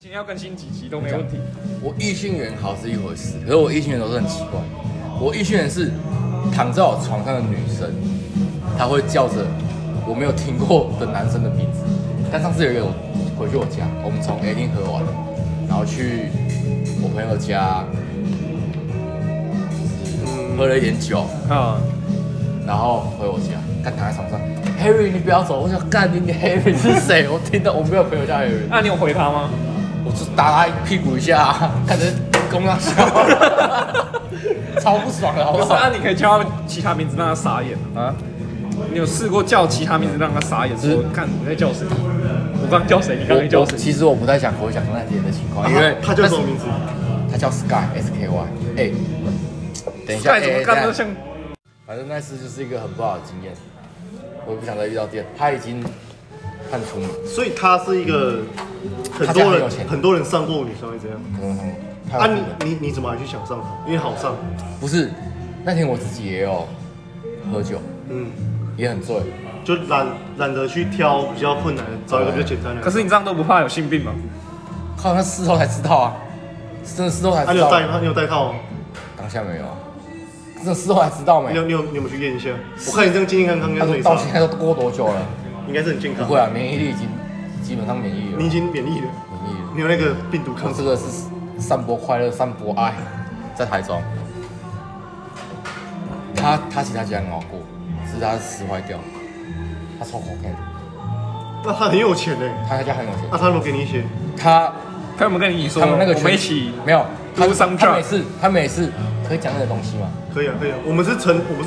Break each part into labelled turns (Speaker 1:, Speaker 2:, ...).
Speaker 1: 今天要更新几集都没问题。
Speaker 2: 我异性缘好是一回事，可是我异性缘都是很奇怪。我异性缘是躺在我床上的女生，她会叫着我没有听过的男生的名字。但上次有一个我回去我家，我们从 A 厅喝完，然后去我朋友家喝了一点酒，
Speaker 1: 啊，
Speaker 2: 然后回我家，干躺在床上，Harry 你不要走，我想干你，你 Harry 是谁？我听到我没有朋友叫 Harry，
Speaker 1: 啊那、你有回他吗？
Speaker 2: 我就打他一屁股一下， 看着公他笑， 超不爽的，好
Speaker 1: 不
Speaker 2: 不
Speaker 1: 是啊，
Speaker 2: 好？
Speaker 1: 你可以叫他们其他名字让他傻眼。
Speaker 2: 啊，
Speaker 1: 你有试过叫其他名字让他傻眼？说
Speaker 2: 是
Speaker 1: 看你在叫谁？我刚叫谁？你刚才
Speaker 2: 我
Speaker 1: 叫
Speaker 2: 我
Speaker 1: 谁？
Speaker 2: 其实我不太想回想那天的情
Speaker 1: 啊
Speaker 2: 况，因为
Speaker 3: 他叫什么名字？
Speaker 2: 但是？他叫 Sky S K Y。哎，等一下，
Speaker 1: 再怎么
Speaker 2: 哎
Speaker 1: 看都
Speaker 2: 等一下
Speaker 1: 像
Speaker 2: 反正那次就是一个很不好的经验，我也不想再遇到第二。他已经看出名，
Speaker 3: 所以他是一个很
Speaker 2: 他家
Speaker 3: 多
Speaker 2: 很有
Speaker 3: 人
Speaker 2: 钱
Speaker 3: 很多人上过女生会这样。
Speaker 2: 可能很太
Speaker 3: 啊，
Speaker 2: 有名了
Speaker 3: 你你你怎么还去想上他？因为好上，
Speaker 2: 不是那天我自己也有喝酒，
Speaker 3: 嗯，
Speaker 2: 也很醉，
Speaker 3: 就懒懒得去挑比较困难的，找一个比较简
Speaker 2: 哎
Speaker 3: 单的。
Speaker 1: 可是你这样都不怕有性病吗？
Speaker 2: 靠，那事后才知道啊，是真的事后才
Speaker 3: 啊，
Speaker 2: 知
Speaker 3: 你
Speaker 2: 道
Speaker 3: 有。戴吗？你有戴套吗？
Speaker 2: 当下没有啊，这事后还知道没
Speaker 3: 你？有你有你有没有去验一下？我看你这样健健康康，应
Speaker 2: 他
Speaker 3: 该是
Speaker 2: 说
Speaker 3: 没
Speaker 2: 到
Speaker 3: 上，
Speaker 2: 现在都过多久了？
Speaker 3: 应该是很健
Speaker 2: 不
Speaker 3: 康
Speaker 2: 会。啊，免疫力已经基本上免疫了，
Speaker 3: 你已
Speaker 2: 免
Speaker 3: 经免疫了，
Speaker 2: 疫了。
Speaker 3: 你有那个病毒
Speaker 2: 我
Speaker 3: 抗
Speaker 2: 这
Speaker 3: 体。
Speaker 2: 个是散播快乐、散播爱，在台中。他他其他家人熬过，只是他吃坏掉，他超好看，
Speaker 3: 那他很有钱呢，
Speaker 2: 他家很有钱，
Speaker 3: 那他有没有给你一些？
Speaker 2: 他
Speaker 1: 他们跟你说，
Speaker 2: 他们那个
Speaker 1: 啊我们一起
Speaker 2: 没有，他
Speaker 1: do some
Speaker 2: 他
Speaker 1: job
Speaker 2: 每次他每次可以讲那个东西吗？
Speaker 3: 可以啊，可以啊，我们是成我们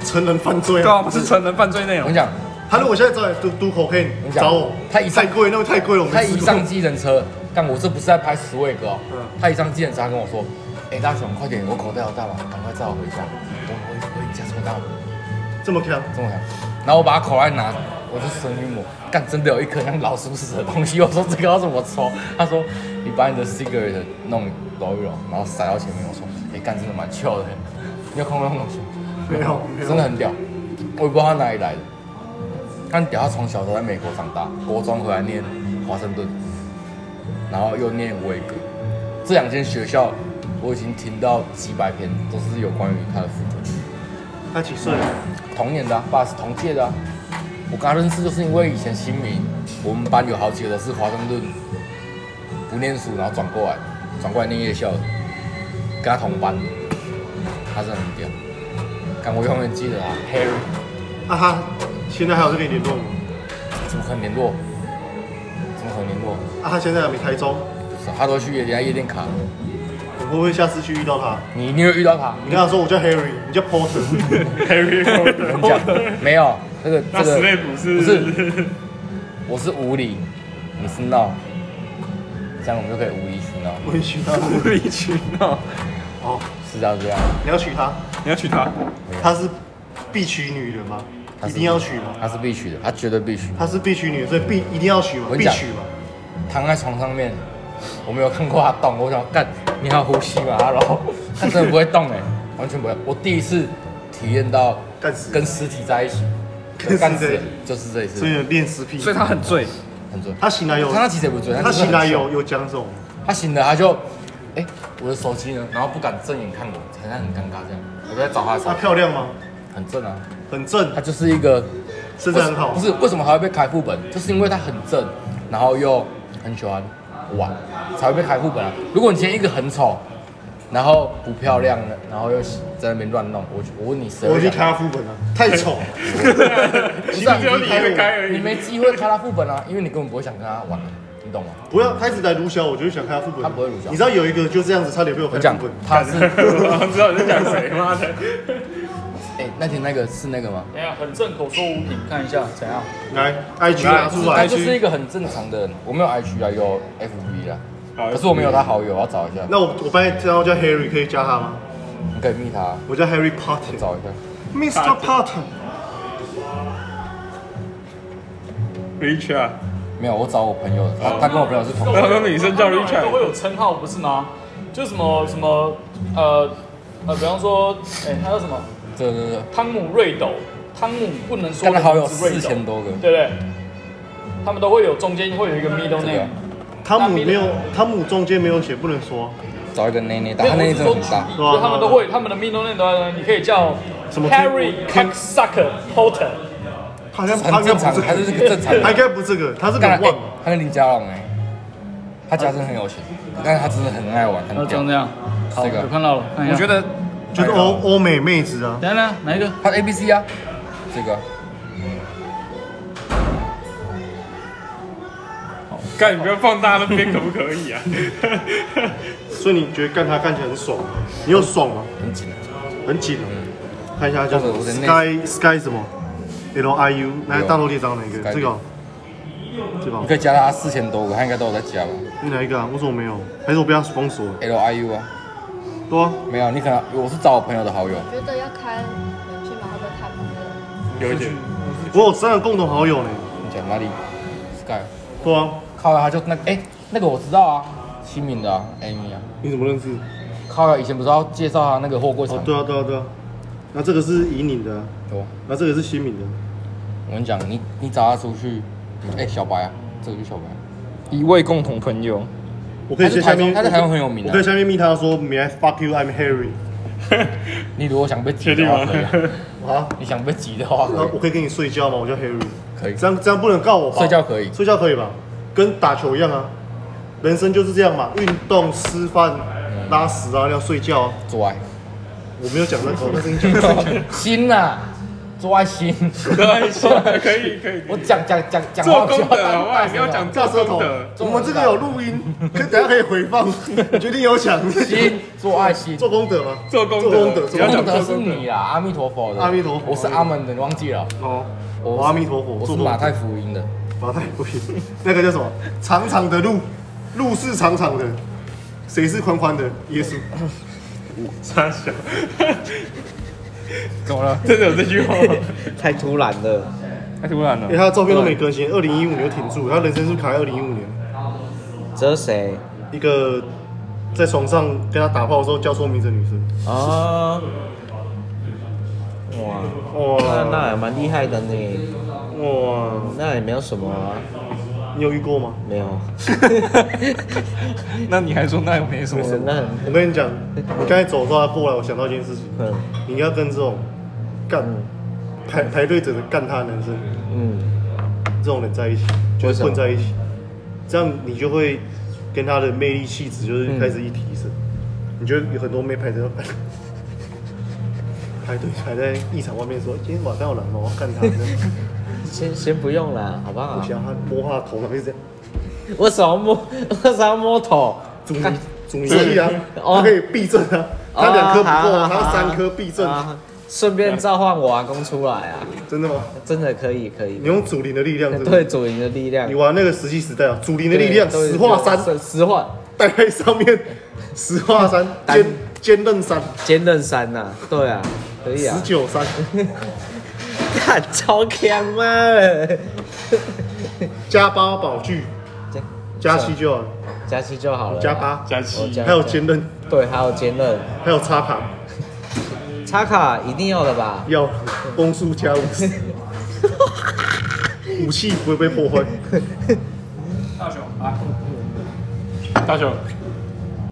Speaker 3: 是成人犯罪
Speaker 1: 对啊，
Speaker 3: 啊。
Speaker 1: 不是成人犯罪内容
Speaker 2: 我跟你。讲，
Speaker 3: 他如果现在找你嘟嘟口 K，
Speaker 2: 我跟你讲
Speaker 3: 找我，
Speaker 2: 他一上
Speaker 3: 太贵，那个太贵了，我
Speaker 2: 他
Speaker 3: 没
Speaker 2: 一
Speaker 3: 试过
Speaker 2: 上。机人车，但我这不是在拍 swag 哦，
Speaker 3: 嗯
Speaker 2: 他一上机人车，他跟我说，哎、大雄快点，我口袋好大嘛，赶快载我回家，我我我家这么大，
Speaker 3: 这么强，
Speaker 2: 这么大，然后我把口袋拿，我就神晕我，干真的有一颗像老鼠屎的东西，我说这个要怎么抽？他说你把你的 cigarette 弄揉一揉，然后塞到前面，我说，哎、干真的蛮翘的，你有看过那种东西吗？
Speaker 3: 没有没有
Speaker 2: 真的很屌，我也不知道他哪里来的。但屌，他从小都在美国长大，国中回来念华盛顿，然后又念维格，这两间学校我已经听到几百篇都是有关于他的父母，
Speaker 3: 他几岁了？
Speaker 2: 同年的、啊，爸是同届的、啊。我跟他认识就是因为以前新民，我们班有好几个都是华盛顿不念书，然后转过来，转过来念夜校的，跟他同班，他真的很屌，但我永远记得他，Harry。
Speaker 3: 啊哈，现在还有在跟你联络吗？
Speaker 2: 怎么可能联络？怎么可能联络？
Speaker 3: 啊，他现在还没开中，
Speaker 2: 不是啊他都去人家夜店卡，
Speaker 3: 我会不会下次去遇到他？
Speaker 2: 你一定会遇到他。
Speaker 3: 你跟他说我叫 Harry，你叫 Porter，
Speaker 1: Harry
Speaker 2: 我跟 你讲，没有这个
Speaker 1: 哦那
Speaker 2: 这
Speaker 1: 史内
Speaker 2: 个，
Speaker 1: 普是
Speaker 2: 不是我是无理，你是闹，这样我们就可以无理取闹，
Speaker 3: 我会娶他。
Speaker 1: 无理取闹？
Speaker 3: 哦，
Speaker 2: 是要这样。
Speaker 3: 你要娶她，
Speaker 1: 啊你要娶她？
Speaker 3: 她是必娶女人吗？
Speaker 2: 他
Speaker 3: 一
Speaker 2: 是
Speaker 3: 定要娶吗？
Speaker 2: 他是必须的，他绝对必须。
Speaker 3: 她是必娶女人，所以必一定要娶吗？
Speaker 2: 我跟
Speaker 3: 必
Speaker 2: 你讲
Speaker 3: 娶吗？
Speaker 2: 躺在床上面，我没有看过他动，我想干，你还有呼吸吗？然后他真的不会动哎、完全不会。我第一次体验到
Speaker 3: 干死
Speaker 2: 跟尸体在一起，
Speaker 3: 跟
Speaker 2: 干
Speaker 3: 尸
Speaker 2: 死
Speaker 3: 体
Speaker 2: 人就是这一
Speaker 3: 所以
Speaker 2: 次，
Speaker 3: 有恋尸癖。
Speaker 1: 所以她很醉，
Speaker 2: 很准。
Speaker 3: 她醒来有，
Speaker 2: 他那其实也不准，
Speaker 3: 她醒来
Speaker 2: 来
Speaker 3: 有，有讲什么？
Speaker 2: 他醒了他就，哎、我的手机呢？然后不敢正眼看我，好像很尴尬这样。我在找他的手
Speaker 3: 她，漂亮吗？
Speaker 2: 很正啊，
Speaker 1: 嗯
Speaker 3: 很正
Speaker 2: 他，就是一个
Speaker 3: 身材很好
Speaker 2: 不。是为什么还会被开副本？就是因为他很正，然后又很喜欢玩，才会被开副本啊。如果你今天一个很丑，然后不漂亮，然后又在那边乱弄，我我问你谁
Speaker 3: 我
Speaker 2: 会
Speaker 3: 已经
Speaker 2: 想？
Speaker 3: 开她副本了，太丑。
Speaker 2: 不
Speaker 3: 其
Speaker 2: 是啊
Speaker 3: 实 已经
Speaker 1: 会
Speaker 3: 开我。
Speaker 1: 而
Speaker 2: 你。没机会开他副本啊，因为你根本不会想跟他玩啊，你懂吗？
Speaker 3: 不要，他一直来卢小，我就想开她副本。
Speaker 2: 她不会卢小
Speaker 3: 你知道有一个就这样子，差点被我
Speaker 2: 我
Speaker 3: 开
Speaker 2: 讲
Speaker 3: 副本。
Speaker 2: 他是，
Speaker 1: 我知道你在讲谁，妈的！
Speaker 2: 哎、那天那个是那个吗？
Speaker 4: 等一下，很正口说无凭，看一下怎样？
Speaker 3: 来，IG 拿出
Speaker 2: 他
Speaker 3: 来。
Speaker 2: 就是一个很正常的人，我没有 IG 啊，有 FB 啦，
Speaker 1: 好
Speaker 2: 可是我没有他好友，我要找一下。
Speaker 3: 那我我发现账号叫 Harry，可以加他吗？
Speaker 2: 你可以密他，
Speaker 3: 我叫 Harry
Speaker 2: 我
Speaker 3: Potter，Mr.
Speaker 2: 找一下。
Speaker 3: Potter。
Speaker 1: Richard，
Speaker 2: 没有，我找我朋友，他他跟我朋友是同
Speaker 1: 那
Speaker 2: 学。
Speaker 1: 个女生叫
Speaker 4: 都
Speaker 1: Richard，
Speaker 4: 会有称号不是吗？就什么什么呃呃，比方说，哎、他叫什么？
Speaker 2: 对对对，
Speaker 4: 汤姆瑞斗，汤姆不能说
Speaker 2: 他的好友
Speaker 4: 名字瑞斗
Speaker 2: 4000多个
Speaker 4: 对不对？他们都会有中间会有一个 middle
Speaker 2: 这个
Speaker 4: name，
Speaker 3: 汤姆没有，汤姆中间没有写，不能说
Speaker 2: 找一个内内打，
Speaker 4: 没有
Speaker 2: 他内内真的
Speaker 4: 我
Speaker 2: 很
Speaker 4: 是说
Speaker 2: 大。
Speaker 3: 是
Speaker 4: 就他们
Speaker 3: 吧？
Speaker 4: 都会，他们的命中率都在，你可以叫
Speaker 3: 什么
Speaker 4: Harry
Speaker 3: Kim-
Speaker 4: Cocksucker Potter，
Speaker 3: 他好像他
Speaker 2: 很
Speaker 3: 应该
Speaker 2: 正
Speaker 3: 不是
Speaker 2: 常，
Speaker 3: 这
Speaker 2: 他
Speaker 3: 个，
Speaker 2: 就是个正常
Speaker 3: 他应
Speaker 2: 人。
Speaker 3: 该不是这个，他是个
Speaker 2: 当然，哎
Speaker 3: 忘了。
Speaker 2: 他跟林家龙哎，他家真的很有钱，但是他真的很爱玩，
Speaker 4: 要
Speaker 2: 很屌
Speaker 4: 长这。样，好，
Speaker 2: 这个
Speaker 4: 有看到了，看一下。
Speaker 1: 我觉得哎哦
Speaker 3: 就是欧欧美妹子啊，
Speaker 4: 等一下呢，哪一个？
Speaker 2: 他 A B C 啊，这个
Speaker 1: 干，你不要放大那边可不可以啊？
Speaker 3: 所以你觉得干他看起来很爽，你有爽吗？
Speaker 2: 很紧啊。
Speaker 3: 很紧哦。看一下叫什么
Speaker 2: 嗯我的内
Speaker 3: ？Sky Sky 什么？L I U，那大头贴长哪一个？
Speaker 2: Sky
Speaker 3: 这个哦，这个
Speaker 2: 你
Speaker 3: 哦，
Speaker 2: 可以加他四千多个，他应该都有在加吧
Speaker 3: 你哪一个啊？为什么没有？还是我被他封锁了？
Speaker 2: ？L I U 啊，
Speaker 3: 对啊，
Speaker 2: 没有，你可能我是找我朋友的好友，
Speaker 5: 觉得要开人去嘛，会不会太不热？
Speaker 1: 有一点，
Speaker 3: 我有三个共同好友呢。
Speaker 2: 你讲哪里？Sky，
Speaker 3: 对啊，
Speaker 2: 靠了他就那个哎、那个我知道啊，新民的啊，Amy 啊，
Speaker 3: 你怎么认识？
Speaker 2: 靠了以前不是要介绍他那个货柜
Speaker 3: 哦
Speaker 2: 厂，？
Speaker 3: 对啊，对啊，对啊。那这个是以你的啊，
Speaker 2: 对，
Speaker 3: 那这个是新敏的。啊
Speaker 2: 我跟你讲，你你找他出去，哎、小白啊，这个就小白啊、
Speaker 1: 一位共同朋友，
Speaker 3: 我可以
Speaker 2: 他是
Speaker 3: 在下
Speaker 2: 台中
Speaker 3: 面，
Speaker 2: 他在台中很有名啊
Speaker 3: 我可以下面密他说，May I fuck you? I'm Harry。
Speaker 2: 你如果想被挤
Speaker 1: 确
Speaker 2: 的
Speaker 1: 定
Speaker 2: 话
Speaker 1: 吗
Speaker 2: 可以、啊，
Speaker 3: 啊，
Speaker 2: 你想被挤的话
Speaker 3: 那
Speaker 2: 可
Speaker 3: 我
Speaker 2: 以，
Speaker 3: 可以跟你睡觉吗？我叫 Harry。
Speaker 2: 可以
Speaker 3: 这样这样不能告我吧？
Speaker 2: 睡觉可以
Speaker 3: 睡觉可以吧？跟打球一样啊，人生就是这样嘛，运动、吃饭、拉屎啊，要睡觉啊。
Speaker 2: 做爱，
Speaker 3: 我没有讲那个，那是你讲的。
Speaker 2: 心呐、啊，做爱心，
Speaker 1: 对，可以可以，
Speaker 2: 我讲讲讲讲
Speaker 1: 做
Speaker 2: 话
Speaker 1: 功
Speaker 2: 比较
Speaker 1: 德
Speaker 2: 大
Speaker 1: 好不好？你要
Speaker 2: 大声
Speaker 1: 讲
Speaker 2: 啊
Speaker 1: 做
Speaker 3: 大舌
Speaker 1: 功
Speaker 3: 头
Speaker 1: 德，，
Speaker 2: 做
Speaker 3: 我们这个有录音，可等下可以回 放。你决定有想
Speaker 2: 心做爱心。
Speaker 3: 做功德吗？
Speaker 1: 做功德
Speaker 3: 做功德，
Speaker 1: 不
Speaker 3: 做
Speaker 1: 要
Speaker 3: 功
Speaker 2: 功
Speaker 1: 讲
Speaker 3: 德。
Speaker 2: 德是你啦，阿弥陀佛的，
Speaker 3: 阿弥陀佛
Speaker 2: 我是阿门的，你忘记了？
Speaker 3: 哦，
Speaker 2: 我
Speaker 3: 我阿弥陀佛，
Speaker 2: 我是
Speaker 3: 做功德
Speaker 2: 马太福音的，
Speaker 3: 马太不行，那个叫什么？长长的路，路是长长的，谁是宽宽的？耶稣。
Speaker 1: 傻 笑，
Speaker 2: 怎么了？
Speaker 1: 真的有这句话 吗？
Speaker 6: 太突然了，
Speaker 1: 太突然
Speaker 3: 哎、欸，
Speaker 1: 了，
Speaker 3: 他的照片都没更新，二零一五年就停住，他人生是不是卡在二零一五年。
Speaker 6: 这是谁？
Speaker 3: 一个在床上跟他打炮的时候叫错名字的女生，
Speaker 6: 啊，哇，那
Speaker 3: 哇
Speaker 6: 那也蛮厉害的呢，
Speaker 3: 哇，
Speaker 6: 那也没有什么啊，
Speaker 3: 你有遇过吗？
Speaker 6: 没有，
Speaker 1: 那你还说那又没什么
Speaker 6: 那很
Speaker 3: 我跟你讲，我刚才走的时候他过来，我想到一件事情，
Speaker 6: 嗯
Speaker 3: 你应该跟这种干排排队者的干他的男生
Speaker 6: 嗯，
Speaker 3: 这种人在一起，就
Speaker 6: 为
Speaker 3: 是
Speaker 6: 什么
Speaker 3: 混在一起，这样你就会跟他的魅力气质就是
Speaker 6: 嗯
Speaker 3: 开始一提升，你就有很多妹排队要排。排队排在异场外面说，今天晚上有人吗？我要干他，我
Speaker 6: 先先不用啦，好不好？
Speaker 3: 想他摸他的头，然后就这样。
Speaker 6: 为什么摸？ 为什么摸头？啊
Speaker 3: 阻尼阻 尼器啊，
Speaker 6: 哦
Speaker 3: 它可以避震啊，它两颗不够啊，
Speaker 6: 哦好好
Speaker 3: 它
Speaker 6: 好
Speaker 3: 三颗避震，
Speaker 6: 啊顺便召唤我阿公出来啊！
Speaker 3: 真的吗？
Speaker 6: 真的可以，可以
Speaker 3: 你。用祖灵的力量，真的
Speaker 6: 对，主灵的力量
Speaker 3: 你，玩那个石器时代啊，祖灵的
Speaker 6: 对
Speaker 3: 力量，
Speaker 6: 对
Speaker 3: 石化山
Speaker 6: 对石化
Speaker 3: 带在上面，石化山
Speaker 6: 单
Speaker 3: 坚坚韧山，
Speaker 6: 坚韧山呐，对啊，可以啊
Speaker 3: 十，九山，
Speaker 6: 看超强 嘛！
Speaker 3: 加八宝具，
Speaker 6: 加
Speaker 3: 加七就好了，
Speaker 6: 加七就好了，
Speaker 3: 加八，
Speaker 1: 加
Speaker 6: 我
Speaker 1: 七
Speaker 6: 加，
Speaker 3: 还有坚韧，
Speaker 6: 对，还有坚韧，
Speaker 3: 还有插卡，
Speaker 6: 插卡一定要的吧？
Speaker 3: 要攻速加五 十，武器不会被破坏。
Speaker 1: 大雄，